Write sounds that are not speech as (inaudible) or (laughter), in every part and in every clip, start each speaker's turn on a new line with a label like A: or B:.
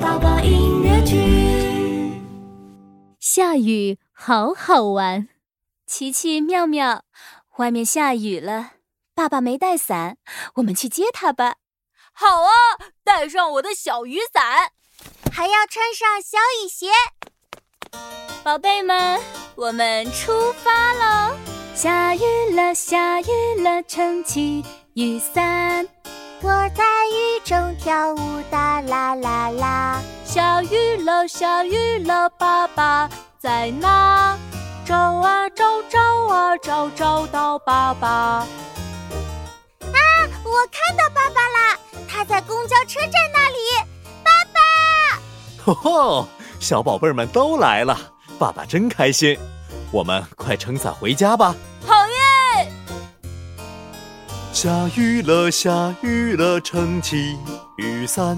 A: 宝宝音乐剧。
B: 下雨好好玩。琪琪、妙妙，外面下雨了，爸爸没带伞，我们去接他吧。
C: 好啊，带上我的小雨伞，
D: 还要穿上小雨鞋。
B: 宝贝们，我们出发喽！下雨了，下雨了，撑起雨伞。
D: 我在雨中跳舞，哒啦啦啦。
C: 下雨了，下雨了，爸爸在哪？找啊找，找啊找，找到爸爸。
D: 我看到爸爸啦，他在公交车站那里。
E: (laughs) 吼吼，哦小宝贝儿们都来了，爸爸真开心。我们快撑伞回家吧。
C: 好耶！
E: 下雨了，下雨了，撑起雨伞。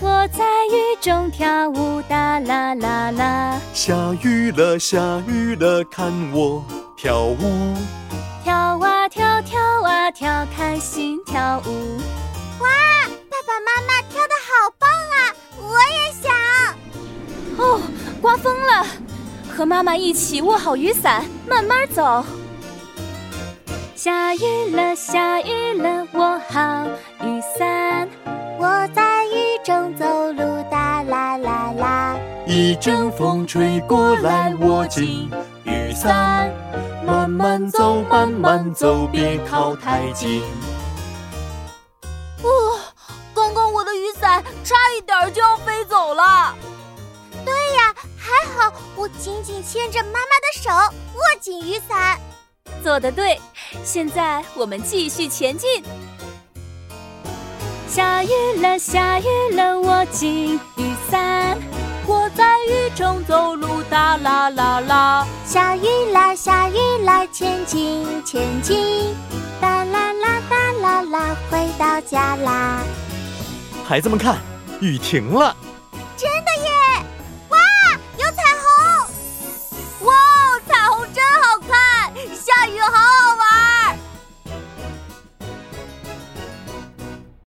B: 我在雨中跳舞，哒啦啦啦，
E: 下雨了，下雨了，看我跳舞。
B: 跳啊跳，跳啊跳，开心跳舞。
D: 爸爸妈妈跳的好棒啊！我也想。
B: 哦，刮风了，和妈妈一起握好雨伞，慢慢走。下雨了，下雨了，握好雨伞。
D: 我在雨中走路，哒啦啦啦。
E: 一阵风吹过来，握紧雨伞，慢慢走，慢慢走，别靠太近。
C: 哦刚刚我的雨伞差一点儿就要飞走了。
D: 还好我紧紧牵着妈妈的手，握紧雨伞。
B: 做得对，现在我们继续前进。下雨了，下雨了，握紧雨伞。
C: 我在雨中走路，哒啦啦啦。
D: 下雨啦，下雨啦，前进，前进。哒啦啦哒啦啦，回到家啦。
E: 孩子们看，雨停了，